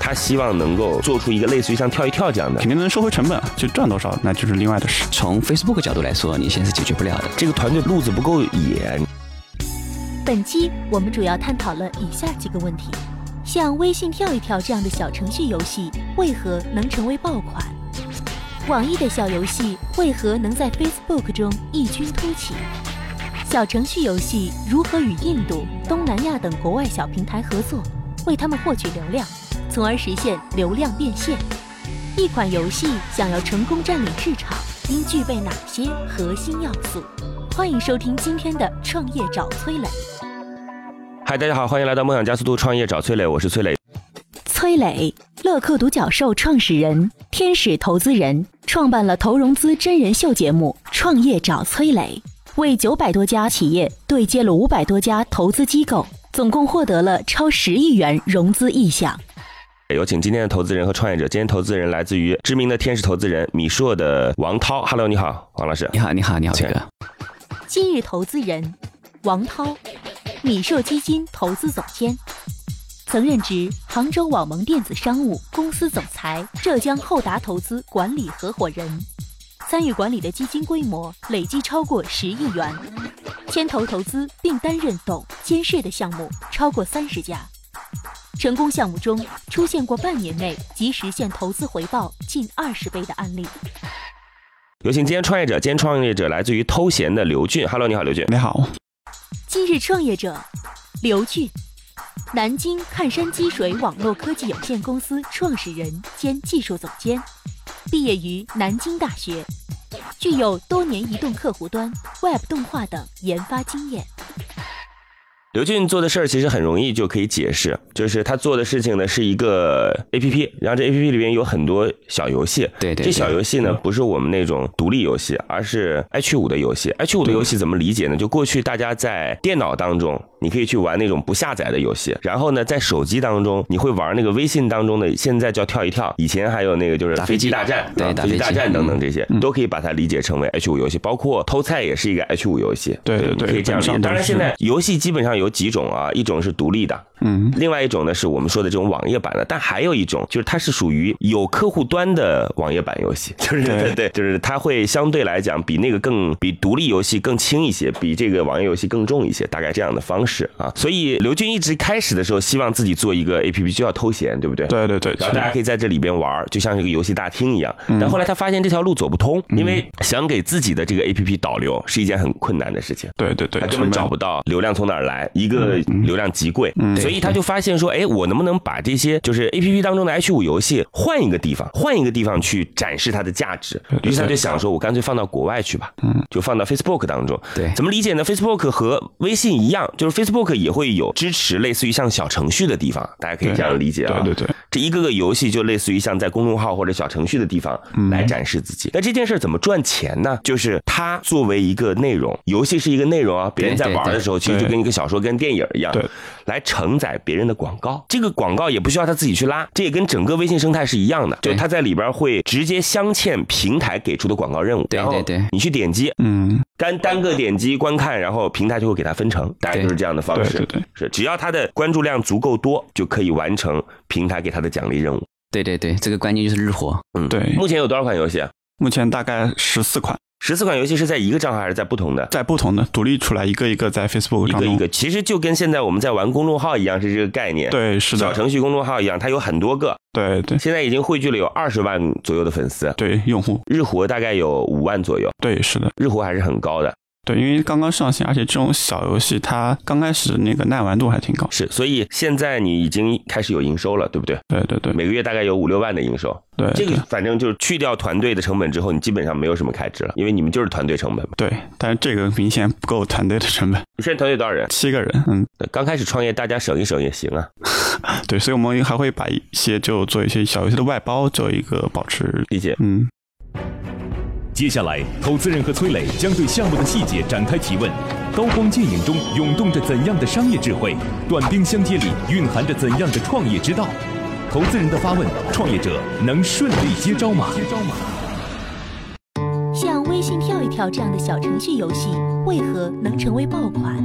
他希望能够做出一个类似于像跳一跳这样的肯定能收回成本，就赚多少那就是另外的事。从 Facebook 角度来说，你现在是解决不了的。这个团队路子不够野，本期我们主要探讨了以下几个问题：像微信跳一跳这样的小程序游戏为何能成为爆款？网易的小游戏为何能在 Facebook 中异军突起？小程序游戏如何与印度、东南亚等国外小平台合作，为他们获取流量，从而实现流量变现？一款游戏想要成功占领市场，应具备哪些核心要素？欢迎收听今天的《创业找崔磊》。嗨，大家好，欢迎来到梦想加速度创业找崔磊，我是崔磊。崔磊，乐客独角兽创始人、天使投资人，创办了投融资真人秀节目《创业找崔磊》，为九百多家企业对接了五百多家投资机构，总共获得了超十亿元融资意向。有请今天的投资人和创业者。今天投资人来自于知名的天使投资人米硕的王涛。Hello，你好，王老师。你好，你好，你好，请这个今日投资人王涛，米硕基金投资总监，曾任职杭州网盟电子商务公司总裁、浙江厚达投资管理合伙人，参与管理的基金规模累计超过十亿元，牵头投资并担任董监事的项目超过三十家。成功项目中出现过半年内即实现投资回报近二十倍的案例。有请今天创业者。今天创业者来自于偷闲的刘俊。Hello，你好，刘俊。你好，今日创业者刘俊，南京看山积水网络科技有限公司创始人兼技术总监，毕业于南京大学，具有多年移动客户端、Web 动画等研发经验。刘俊做的事儿其实很容易就可以解释，就是他做的事情呢是一个 A P P，然后这 A P P 里边有很多小游戏。对对对嗯这小游戏呢不是我们那种独立游戏，而是 H 五的游戏。H 五的游戏怎么理解呢？就过去大家在电脑当中，你可以去玩那种不下载的游戏，然后呢在手机当中你会玩那个微信当中的，现在叫跳一跳，以前还有那个就是打飞飞机机大战，对啊打飞机飞大机战等等嗯这些，都可以把它理解成为 H 五游戏，包括偷菜也是一个 H 五游戏。对对你对可以这样理解。本质上都当然现是在游戏基本上有几种啊，一种是独立的，嗯，另外一种呢是我们说的这种网页版的，但还有一种就是它是属于有客户端的网页版游戏， 就是对对，就是它会相对来讲比那个更比独立游戏更轻一些，比这个网页游戏更重一些，大概这样的方式啊。所以刘军一直开始的时候希望自己做一个 APP 就要偷闲，对不对？。对对对，然后大家可以在这里边玩儿，就像是个游戏大厅一样。嗯但后来他发现这条路走不通，因为想给自己的这个 APP 导流是一件很困难的事情。对对对，嗯他根本找不到流量从哪儿来，一个流量极贵，所以他就发现说，哎，我能不能把这些就是 A P P 当中的 H 五游戏换一个地方，换一个地方去展示它的价值？于是他就想说，我干脆放到国外去吧，嗯就放到 Facebook 当中。对怎么理解呢？Facebook 和微信一样，就是 Facebook 也会有支持类似于像小程序的地方，大家可以对这样理解啊。对对对，这一个个游戏就类似于像在公众号或者小程序的地方来展示自己。那这件事儿怎么赚钱呢？就是它作为一个内容，游戏是一个内容啊，别人在玩的时候，其实就跟一个小说、跟电影一样对，来承载别人的广告。这个广告也不需要他自己去拉，这也跟整个微信生态是一样的，就对它在里边会直接镶嵌平台给出的广告任务，对然后对对你去点击。嗯，单单个点击观看，然后平台就会给它分成，大概就是这样的方对式。对对，是，只要它的关注量足够多，就可以完成平台给它的奖励任务。对对对，这个关键就是日活。嗯，对目前有多少款游戏啊？目前大概十四款，十四款游戏是在一个账号还是在不同的？在不同的独立出来一个一个在 Facebook 一上个一弄个，，其实就跟现在我们在玩公众号一样，是这个概念。，对是小的，程序公众号一样，它有很多个，对对现在已经汇聚了有二十万左右的粉丝，对，用户日活大概有五万左右，对是的，日活还是很高的。对，因为刚刚上线，而且这种小游戏它刚开始那个耐玩度还挺高，是，所以现在你已经开始有营收了，对不对？对对对每个月大概有五六万的营收，对这个对反正就是去掉团队的成本之后，你基本上没有什么开支了，因为你们就是团队成本嘛。对，但是这个明显不够团队的成本，现在团队多少人？七个人，嗯，刚开始创业，大家省一省也行啊。对，所以我们还会把一些就做一些小游戏的外包，做一个保持，理解。嗯，接下来，投资人和崔磊将对项目的细节展开提问。刀光剑影中涌动着怎样的商业智慧？短兵相接里蕴含着怎样的创业之道？投资人的发问，创业者能顺利接招吗？像微信跳一跳这样的小程序游戏，为何能成为爆款？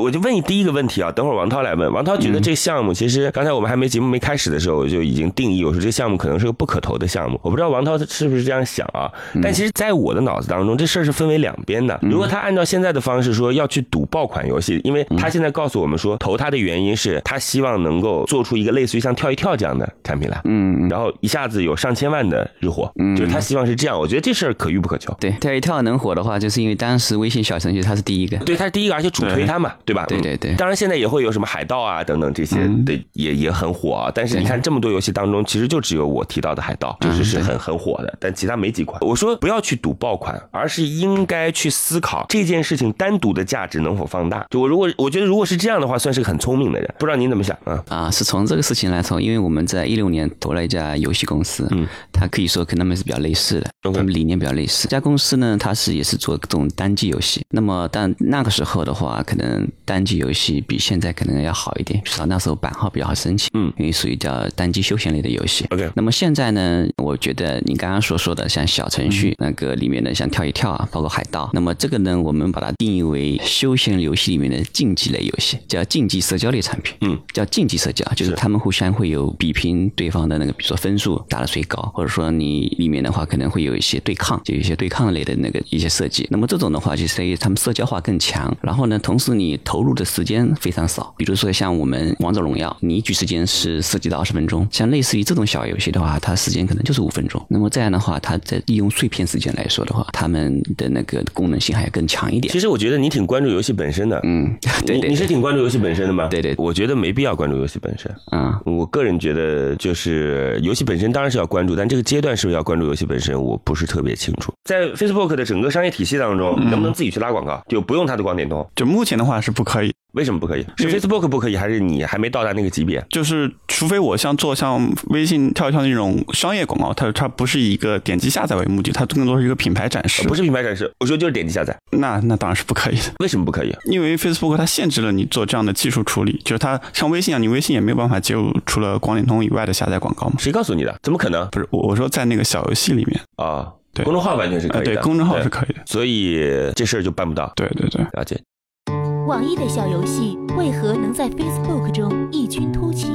我就问你第一个问题啊，等会儿王涛来问。王涛觉嗯得这个项目，其实刚才我们还没节目没开始的时候，我就已经定义，我说这项目可能是个不可投的项目。我不知道王涛是不是这样想啊，嗯但其实在我的脑子当中，这事儿是分为两边的。如果他按照现在的方式说要去赌爆款游戏，因为他嗯现在告诉我们说投他的原因是他希望能够做出一个类似于像跳一跳这样的产品来，嗯嗯，然后一下子有上千万的日活，就是他希望是这样。我觉得这事儿可遇不可求。对，跳一跳能火的话，就是因为当时微信小程序它是第一个。对，他是第一个，而且主推他嘛，对吧？嗯对对对嗯当然，现在也会有什么海盗啊等等这些的，也也很火啊。但是你看这么多游戏当中，其实就只有我提到的海盗，嗯就是是很很火的，但其他没几款。我说不要去赌爆款，而是应该去思考这件事情单独的价值能否放大。就我如果我觉得如果是这样的话，算是个很聪明的人。不知道您怎么想啊？啊，是从这个事情来从，因为我们在一六年投了一家游戏公司，嗯，它可以说跟他们是比较类似的， OK 他们理念比较类似。这家公司呢，它是也是做各种单机游戏，那么但那个时候的话，可能单机游戏比现在可能要好一点，至少那时候版号比较好申请，嗯因为属于叫单机休闲类的游戏。 OK 那么现在呢，我觉得你刚刚所说的像小程序嗯那个里面的像跳一跳啊，包括海盗，那么这个呢，我们把它定义为休闲游戏里面的竞技类游戏，叫竞技社交类产品。嗯，叫竞技社交，就是他们互相会有比拼对方的那个，比如说分数打的谁高，或者说你里面的话可能会有一些对抗，就有一些对抗类的那个一些设计。那么这种的话，就相当于他们社交化更强，然后呢，同时你投入的时间非常少。比如说像我们王者荣耀，你一局时间是涉及到二十分钟，像类似于这种小游戏的话，它时间可能就是五分钟。那么这样的话，它在利用碎片时间来说的话，他们的那个功能性还要更强一点其。实我觉得你挺关注游戏本身的，嗯，对你对你是对，挺关注游戏本身的吗？对对我觉得没必要关注游戏本身。啊、我个人觉得，就是游戏本身当然是要关注，但这个阶段是不是要关注游戏本身，我不是特别清楚。在 Facebook 的整个商业体系当中，嗯能不能自己去拉广告，就不用它的光点通？就目前的话是不可以，为什么不可以？是因为 Facebook 不可以，还是你还没到达那个级别？就是除非我像做像微信跳一跳那种商业广告，它它不是以一个点击下载为目的，它更多是一个品牌展示。不是品牌展示，我说就是点击下载，那那当然是不可以的，为什么不可以？因为 Facebook 它限制了你做这样的技术处理，就是它像微信啊，你微信也没有办法接入除了广联通以外的下载广告嘛。谁告诉你的？怎么可能不是我我说在那个小游戏里面，啊？对公众号完全是可以呃，的，对，公众号对，是可以的。所以这事儿就办不到。对对对，了解，网易的小游戏为何能在 Facebook 中异军突起？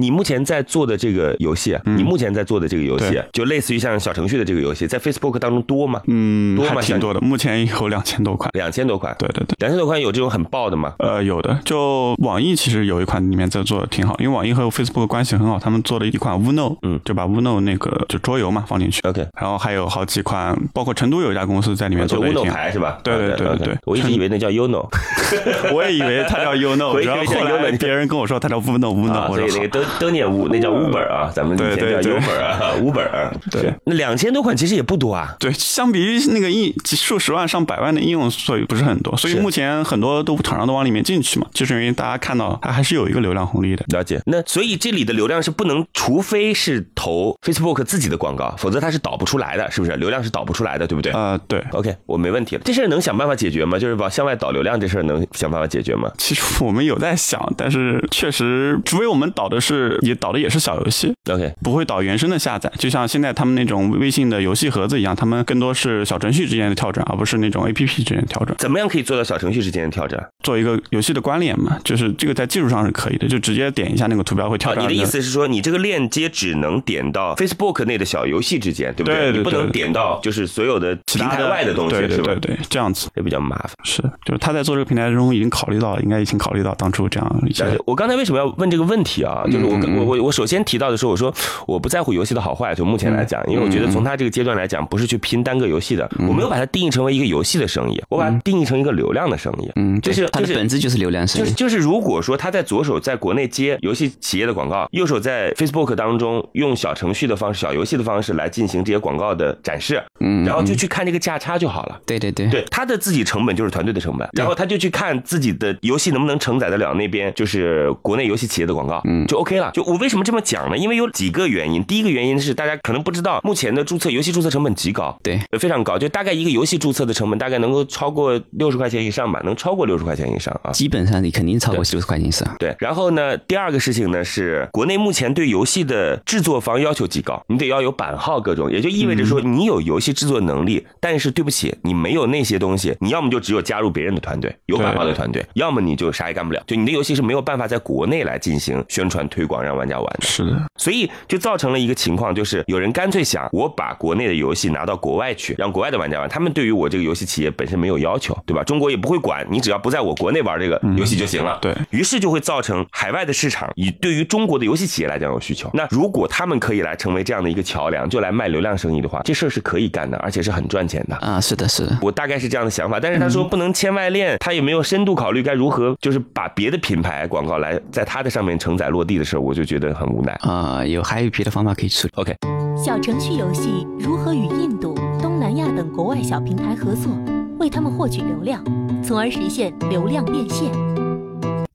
你目前在做的这个游戏，啊嗯你目前在做的这个游戏啊对，就类似于像小程序的这个游戏，在 Facebook 当中多吗？嗯，多吗还挺多的，目前有两千多款。两千多款，对对对。两千多款有这种很爆的吗？呃，有的，就网易其实有一款里面在做的挺好，因为网易和 Facebook 关系很好，他们做了一款 Uno，嗯就把 Uno 那个就桌游嘛放进去， OK，然后还有好几款，包括成都有一家公司在里面就做的也啊 Uno 挺好。牌是吧？对对对 OK，OK 对对我一直以为那叫 Uno， 我也以为它叫 Uno，我以为然后后叫 Uno 来别人跟我说它叫 Uno 啊 Uno，我所以那个说好。都都念 U，那叫 Uber 啊，咱们以前对对叫对 Uber 啊，Uber 啊。 对，那两千多款其实也不多啊。对，相比于那个应数十万上百万的应用，所以不是很多，所以是目前很多都厂商都往里面进去嘛，就是因为大家看到它还是有一个流量红利的。了解，那所以这里的流量是不能，除非是投 Facebook 自己的广告，否则它是导不出来的，是不是？流量是导不出来的，对不对呃，对， ？OK，我没问题了。这事儿能想办法解决吗？就是往向外导流量这事儿能想办法解决吗？其实我们有在想，但是确实，除非我们导的是也导的也是小游戏， OK，不会导原生的下载。就像现在他们那种微信的游戏盒子一样，他们更多是小程序之间的调整，而不是那种 A P P 之间的调整。怎么样可以做到小程序之间的调整？做一个游戏的关联嘛，就是这个在技术上是可以的，就直接点一下那个图标会跳啊，出来。你的意？思是说，你这个链接只能点到 Facebook 内的小游戏之间，对不对对你不对能对点到就是所有的其平他台外的东西，对对是吧对？对，这样子这比较麻烦。是，就是他在做这个平台家中已经考虑到，应该已经考虑到当初这样一些了解我刚才为什么要问这个问题嗯啊？就是我我我我首先提到的时候，我说我不在乎游戏的好坏，就目前来讲，嗯因为我觉得从它这个阶段来讲，不是去拼单个游戏的，我没有把它定义成为一个游戏的生意，我把嗯它定义成一个流量的生意。嗯，就是对它的就是本质就是流量生就意是。就是，如果说他在左手在国内接游戏企业的广告，右手在 Facebook 当中用小程序的方式、小游戏的方式来进行这些广告的展示，嗯，然后就去看这个价差就好了。对对对，对他的自己成本就是团队的成本，然后他就去看自己的游戏能不能承载得了那边就是国内游戏企业的广告，嗯，就 OK 了。就我为什么这么讲呢？因为有几个原因。第一个原因是大家可能不知道，目前的注册游戏注册成本极高，对呃，非常高，就大概一个游戏注册的成本大概能够超过六十块钱以上吧，能超过六十块钱以上啊。基本上你肯定超过六十块钱以上。对，然后呢，第二个事情呢是，国内目前对游戏的制作方要求极高，你得要有版号各种，也就意味着说你有游戏制作能力，但是对不起，你没有那些东西，你要么就只有加入别人的团队，有版号的团队，要么你就啥也干不了，就你的游戏是没有办法在国内来进行宣传推广，让玩家玩的。是的，所以就造成了一个情况，就是有人干脆想我把国内的游戏拿到国外去，让国外的玩家玩。他们对于我这个游戏企业本身没有要求，对吧？中国也不会管你，只要不在我国内玩这个游戏就行了。对于是就会造成海外的市场以对于中国的游戏企业来讲有需求。那如果他们可以来成为这样的一个桥梁，就来卖流量生意的话，这事儿是可以干的，而且是很赚钱的。啊，是的，是的，我大概是这样的想法，但是他说不能签外链，他也没有深度考虑该如何就是把别的品牌广告来在他的上面承载落地的时候，我就觉得很无奈。啊，有还有别的方法可以处理。 OK，小程序游戏如何与印度、东南亚等国外小平台合作，为他们获取流量，从而实现流量变现。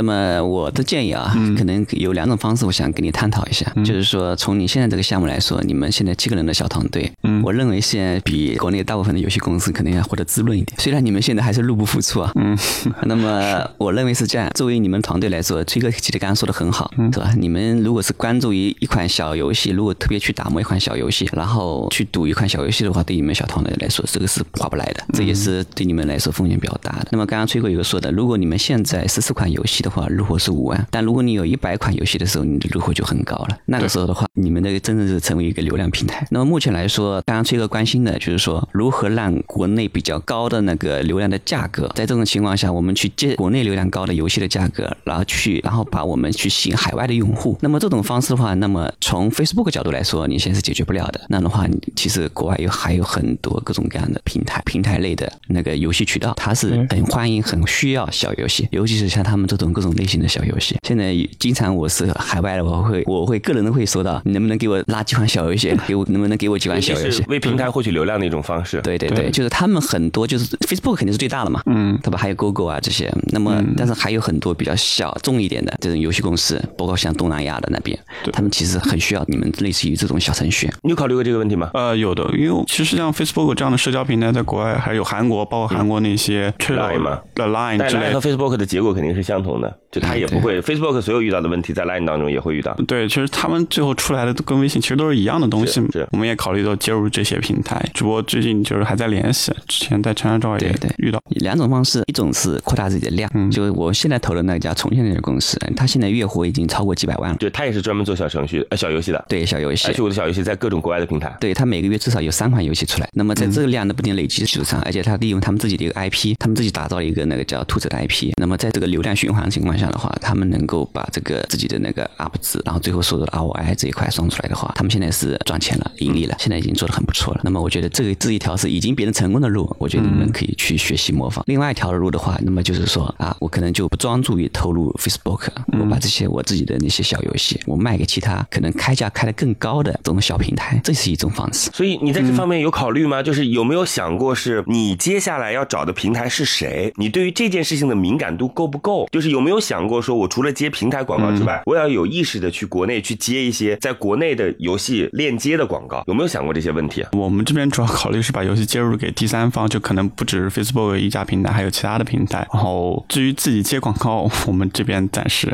那么我的建议啊，可能有两种方式，我想跟你探讨一下，就是说从你现在这个项目来说，你们现在七个人的小团队，嗯，我认为现在比国内大部分的游戏公司可能要活得滋润一点。虽然你们现在还是入不敷出啊，嗯， 那么我认为是这样。作为你们团队来说，崔哥其实刚刚说的很好，是吧？你们如果是关注于一款小游戏，如果特别去打磨一款小游戏，然后去赌一款小游戏的话，对你们小团队来说，这个是划不来的，这也是对你们来说风险比较大的。那么刚刚崔哥有说的，如果你们现在十四款游戏的话，入货是五万，但如果你有一百款游戏的时候，你的入货就很高了。那个时候的话，你们的真的是成为一个流量平台。那么目前来说，刚刚崔哥关心的就是说，如何让国内比较高的那个流量的价格，在这种情况下，我们去借国内流量高的游戏的价格，然后去，然后把我们去吸引海外的用户。那么这种方式的话，那么从 Facebook 角度来说，你现在是解决不了的。那样的话，你其实国外有还有很多各种各样的平台，平台类的那个游戏渠道，它是很欢迎、很需要小游戏，尤其是像他们这种各种类型的小游戏。现在经常我是海外的，我会我会个人都会收到，你能不能给我拉几款小游戏？给我能不能给我几款小游这戏是？为平台获取流量的一种方式。对对对，就是他们很多就是 Facebook 肯定是最大的嘛，嗯，对吧？还有 Google 啊这些，那么、但是还有很多比较小众一点的这种游戏公司，包括像东南亚的那边，他们其实很需要你们类似于这种小程序。你有考虑过这个问题吗？呃，有的，因为我其实像 Facebook 这样的社交平台，在国外还有韩国，包括韩国那些 t r i 嗯 Line l 嘛 The Line 但之类 Line 和的。 Facebook 的结果肯定是相同的，就它也不会，Facebook 所有遇到的问题在 Line 当中也会遇到。对，其实他们最后出来的都跟微信其实都是一样的东西是是。我们也考虑到接入这些平台，只不过最近就是还在联系，之前在长沙照也对对遇到。两种方式，一种是扩大自己的量，就是我现在投的那家重庆那家公司，它现在月活已经超过几百万了。对，它也是专门做小程序、呃小游戏的。对小游戏， H 五的小游戏在各种国外的平台。对它每个月至少有三款游戏出来。那么在这个量的不停累积的基础上，而且它利用他们自己的一个 IP，他们自己打造了一个那个叫兔子的 IP。那么在这个流量循环的情况下的话，他们能够把这个自己的那个 UP 值，然后最后收入的 ROI 这一块算出来的话，他们现在是赚钱了，盈利了，现在已经做得很不错了。那么我觉得这个这一条是已经别人成功的路，我觉得你嗯们可以去学习模仿。另外一条路的话，那么就是说啊，我可能就不专注于投入 Facebook，我嗯把这些我自己的那些小游戏，我卖给其他可能开价开得更高的这种小平台，这是一种方式。所以你在这方面有考虑吗？就是有没有想过，是你接下来要找的平台是谁？你对于这件事情的敏感度够不够？就是有没有想过说，我除了接平台广告之外，我要有意识的去国内去接一些在国内的游戏链接的广告，有没有想过这些问题啊？我们这边主要考虑是把游戏接入给第三方，就可能不只是 Facebook 一家平台，还有其他的平台。然后至于自己接广告，我们这边暂时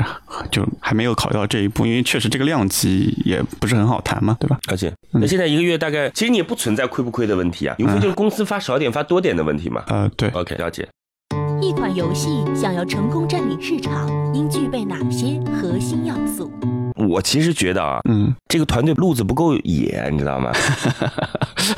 就还没有考虑到这一步，因为确实这个量级也不是很好谈嘛，对吧？而且，那现在一个月大概，其实你也不存在亏不亏的问题啊，无非就是公司发少点发多点的问题嘛。呃，对， OK，了解。一款游戏想要成功占领市场，应具备哪些核心要素？我其实觉得啊，嗯，这个团队路子不够野，你知道吗？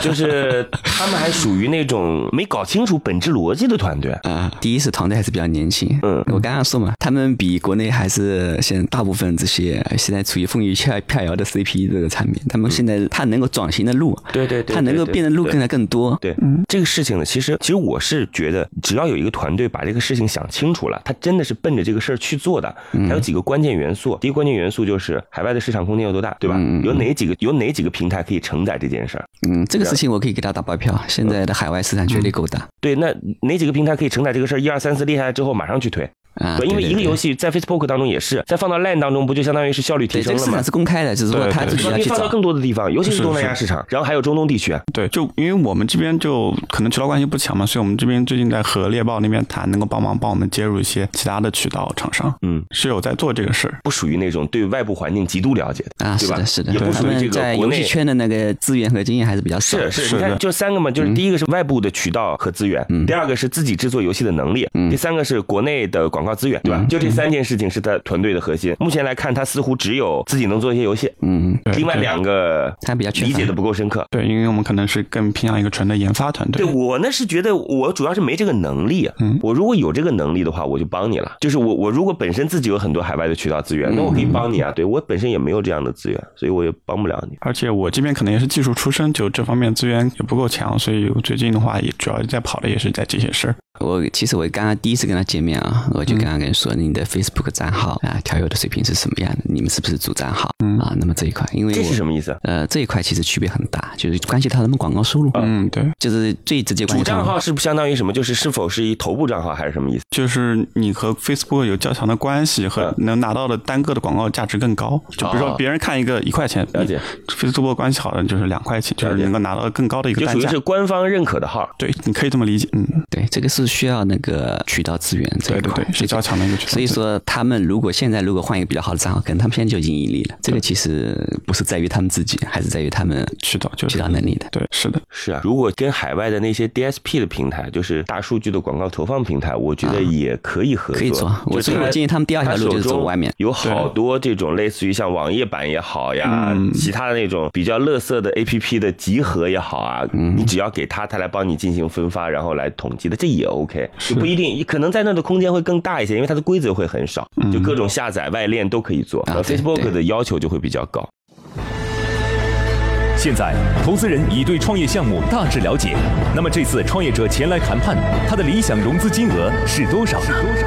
就是他们还属于那种没搞清楚本质逻辑的团队。啊，第一是团队还是比较年轻，嗯我刚刚说嘛，他们比国内还是现在大部分这些现在处于风雨飘飘摇的 CP 这个产品，他们现在他能够转型的路，嗯对对对他能够对对变的路对更加更多，对，这个事情呢，其实其实我是觉得，只要有一个团队把这个事情想清楚了，他真的是奔着这个事儿去做的。它有几个关键元素，第一个关键元素就是海外的市场空间有多大，对吧？有哪几个有哪几个平台可以承载这件事儿？嗯，这个事情我可以给他打包票，现在的海外市场绝对够大对，那哪几个平台可以承载这个事儿？一二三四列下来之后，马上去推。嗯啊，对，因为对一个游。对对戏在 Facebook 当中也是，再放到 Line 当中，不就相当于是效率提对，这升个了市场吗？是公开的，就是说对他对自己你要可以去放到找。更多的地方，尤其是是东南是亚市场，然后还有中东地区。对，就因为我们这边就可能渠道关系不强嘛，所以我们这边最近在和猎豹那边谈，能够帮忙帮我们接入一些其他的渠道厂商，嗯，是有在做这个事儿。不属于那种对外部环境极度了解的啊，对是吧？的，是的，也不他属于这们在个国游戏内。圈的那个资源和经验还是嗯比较少。是是你的看就三个嘛，就是第一个是外部的渠道和资源，第二个是自己制作游戏的能力，嗯第三个是国内的广告资源，对吧？就这三件事情是他团队的核心。目前来看，他似乎只有自己能做一些游戏，嗯，对另外对两个他比较缺乏理解的不够深刻。对，因为我们可能是更偏向一个纯的研发团队。对我呢是觉得我主要是没这个能力，啊嗯我如果有这个能力的话，我就帮你了。就是我我如果本身自己有很多海外的渠道资源，那我可以帮你啊。对我本身也没有这样的资源，所以我也帮不了你。而且我这边可能也是技术出身，就这方面资源也不够强，所以我最近的话也主要在跑的也是在这些嗯事儿。我其实我刚刚第一次跟他见面啊，我就刚刚跟他说，你的 Facebook 账号啊，调友的水平是什么样的？你们是不是主账号啊？那么这一块，因嗯为这是什我么意思？啊呃这一块其实区别很大，就是关系到他们广告收入，嗯，对，就是最直接关主系账到。号是不相当于什么？就是是否是一头部账号还是什么意思？就是你和 Facebook 有较强的关系，和嗯能拿到的单个的广告价值更高。就比如说别人看一个一块钱，哦了解，Facebook 关系好的就是两块钱，就是能够拿到更高的一个就单属于价是。官方认可的号。对，你可以这么理解，嗯，对，这个是需要那个渠道资源这一对对块，对，是这较个强的一个渠道。所以说，他们如果现在如果换一个比较好的账号，可能他们现在就已经盈利了。这个其实不是在于他们自己，还是在于他们渠道就是渠道能力的。对，是的，是啊，如果跟海外的那些 DSP 的平台，就是大数据的广告投放平台，我觉得也可以合作。啊可以做我就是他我建议他们第二条路就是走外面他手中有好多这种类似于像网页版也好呀，嗯其他的那种比较乐色的 APP 的集合也好啊，嗯你只要给他，他来帮你进行分发，然后来统计的，这也 OK，就不一定，可能在那的空间会更大一些，因为它的规则会很少，就各种下载外链都可以做。嗯啊呃对 Facebook 对的要求就会比较高。现在，投资人已对创业项目大致了解。那么这次创业者前来谈判，他的理想融资金额是多少？是多少？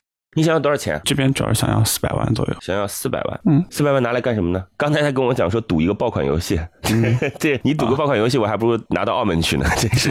你想要多少钱？这边主要是想要四百万左右。想要四百万，嗯，四百万拿来干什么呢？刚才他跟我讲说赌一个爆款游戏， 这你赌个爆款游戏，我还不如拿到澳门去呢，真是。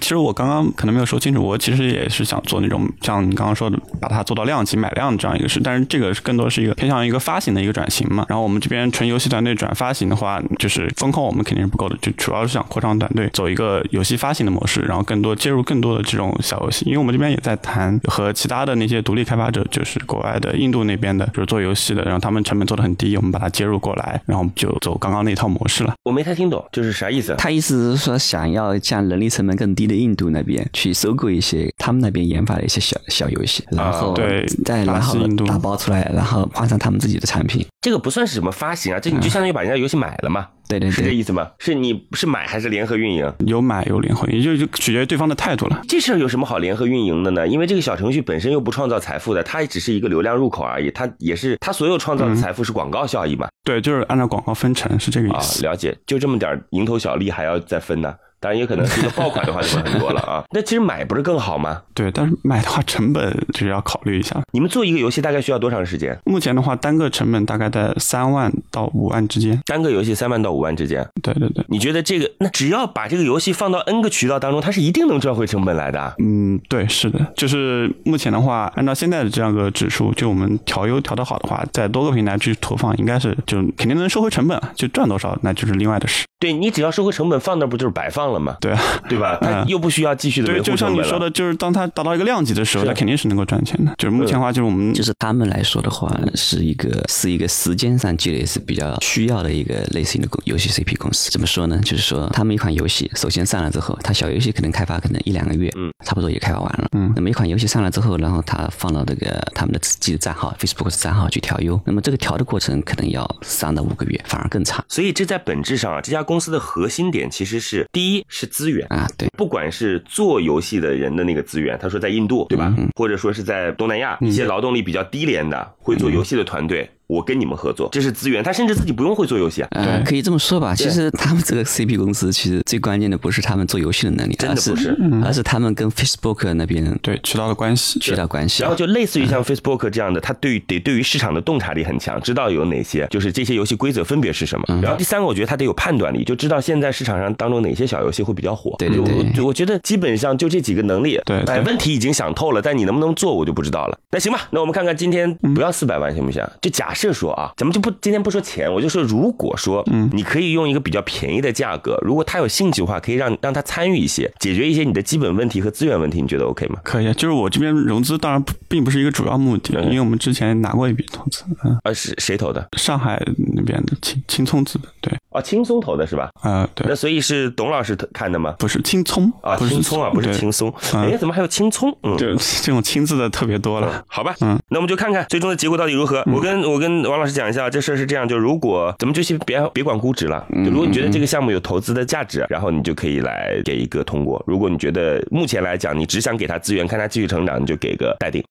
其实我刚刚可能没有说清楚，我其实也是想做那种像你刚刚说的，把它做到量级买量这样一个事，但是这个是更多是一个偏向一个发行的一个转型嘛。然后我们这边纯游戏团队转发行的话，就是风控我们肯定是不够的，就主要是想扩张团队，走一个游戏发行的模式，然后更多接入更多的这种小游戏，因为我们这边也在谈和其他的那些独立开发者，就是国外的印度那边的，就是做游戏的，然后他们成本做的很低，我们把它接入过来，然后就走刚刚那套模式了。我没太听懂，就是啥意思？啊他意思是说，想要像人力成本更低的印度那边去收购一些他们那边研发的一些小小游戏，然后啊对再巴然西后印度打包出来，然后换上他们自己的产品。这个不算是什么发行啊，这你就相当于把人家游戏买了嘛，对对是这对，意思吗？是你是买还是联合运营？有买有联合，也就就取决于对方的态度了。这事儿有什么好联合运营的呢？因为这个小程序本身又不创造财富的，它也只是一个流量入口而已，它也是它所有创造的财富是广告效益嘛？对，就是按照广告分成是这个意啊，思。了解，就这么点儿蝇头小利还要再分呢？当然也可能是一个爆款的话就会很多了啊。 那其实买不是更好吗？对，但是买的话成本就是要考虑一下。你们做一个游戏大概需要多长时间？目前的话，单个成本大概在三万到五万之间。单个游戏三万到五万之间，对对对，你觉得这个那只要把这个游戏放到 N 个渠道当中，它是一定能赚回成本来的啊。嗯，对，是的，就是目前的话，按照现在的这样个指数，就我们调优调得好的话，在多个平台去投放，应该是就肯定能收回成本，啊就赚多少那就是另外的事。对你只要收回成本放那儿不就是白放了吗？对啊，对吧？它又不需要继续的维对，护就像成你本说了。的，就是当它达到一个量级的时候，是它肯定是能够赚钱的。就是目前的话，就是我们就是他们来说的话，是一个是一个时间上积累是比较需要的一个类型的公游戏 CP 公司。怎么说呢？就是说他们一款游戏首先上了之后，它小游戏可能开发可能一两个月，嗯，差不多也开发完了。嗯那么一款游戏上了之后，然后它放到这个他们的自己的账号 Facebook 的账号去调优，那么这个调的过程可能要三到五个月，反而更长所以这在本质上啊，这家公司的核心点其实是第一是资源。啊。对，不管是做游戏的人的那个资源，他说在印度，对吧？嗯或者说是在东南亚一些劳动力比较低廉的会嗯做游戏的团队，我跟你们合作，这是资源。他甚至自己不用会做游戏啊，呃，可以这么说吧。其实他们这个 CP 公司，其实最关键的不是他们做游戏的能力，真的不而是是、而是他们跟 Facebook 那边对渠道的关系，渠道关系。然后就类似于像 Facebook 这样的，它对于得对于市场的洞察力很强，知道有哪些就是这些游戏规则分别是什么。然后第三个，我觉得它得有判断力，就知道现在市场上当中哪些小游戏会比较火。对对就我对就我觉得基本上就这几个能力。对对哎，问题已经想透了，但你能不能做我就不知道了。那行吧，那我们看看今天不要四百万行不行？就假设说啊，咱们就不今天不说钱，我就说如果说，嗯，你可以用一个比较便宜的价格，如果他有兴趣的话，可以让让他参与一些，解决一些你的基本问题和资源问题，你觉得 OK 吗？可以，啊就是我这边融资当然不并不是一个主要目的，嗯因为我们之前拿过一笔投资，嗯，呃，是谁投的？上海那边的青青葱资本，对，哦，轻松投的是吧？呃，对那，所以是董老师看的吗？不是青葱啊，不是青葱啊，不是对轻松。嗯哎，怎么还有青葱？嗯，对， 这种亲字的特别多了。好吧，嗯，那我们就看看最终的结果到底如何。我跟我跟王老师讲一下，这事儿是这样，就如果咱们就先别别管估值了，嗯就如果你觉得这个项目有投资的价值，然后你就可以来给一个通过。如果你觉得目前来讲你只想给他资源，看他继续成长，你就给个待定。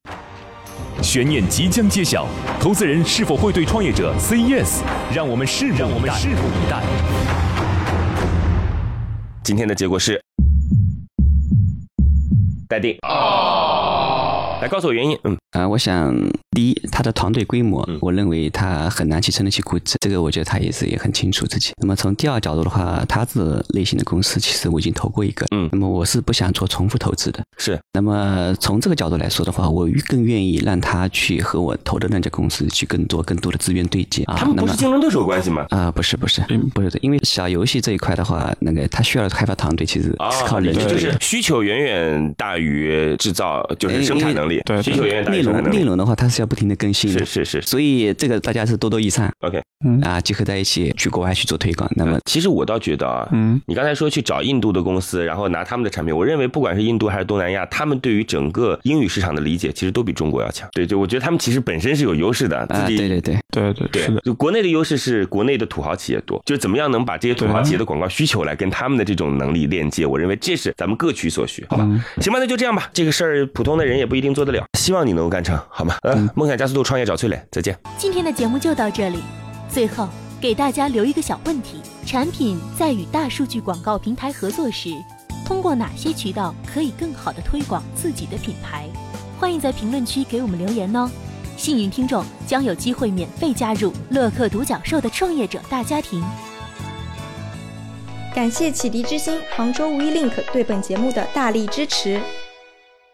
悬念即将揭晓，投资人是否会对创业者 say yes？让我们拭目我们拭目以待。今天的结果是待定。来告诉我原因，嗯，啊、我想第一，他的团队规模，我认为他很难去撑得起估值，这个我觉得他也是也很清楚自己。那么从第二角度的话，他这个类型的公司其实我已经投过一个，嗯那么我是不想做重复投资的。是那么从这个角度来说的话，我更愿意让他去和我投的那家公司去更多更多的资源对接啊。他们那不么是嗯竞争对手关系吗？啊、不是不是，不是的，因为小游戏这一块的话，那个他需要的开发团队其实啊，是靠人去就对是的需求远远大于制造，就是生产能力，对需求远远大内于生产容能内力，容的话，它是要不停的更新的是，是是是所以这个大家是多多益善。 OK。啊，结合在一起去国外去做推广。那么，其实我倒觉得啊，嗯，你刚才说去找印度的公司，然后拿他们的产品，我认为不管是印度还是东南亚，他们对于整个英语市场的理解其实都比中国要强。对，就我觉得他们其实本身是有优势的，啊，自己对对对，对对对是的，，就国内的优势是国内的土豪企业多，就是怎么样能把这些土豪企业的广告需求来跟他们的这种能力链接，我认为这是咱们各取所需，好吧？嗯行吧，那就这样吧，这个事儿普通的人也不一定做得了，希望你能够干成，好吗？嗯，梦想加速度，创业找崔磊，再见。今天的节目就到这里。最后给大家留一个小问题：产品在与大数据广告平台合作时，通过哪些渠道可以更好的推广自己的品牌？欢迎在评论区给我们留言哦。幸运听众将有机会免费加入乐客独角兽的创业者大家庭。感谢启迪之星、杭州无一 link 对本节目的大力支持。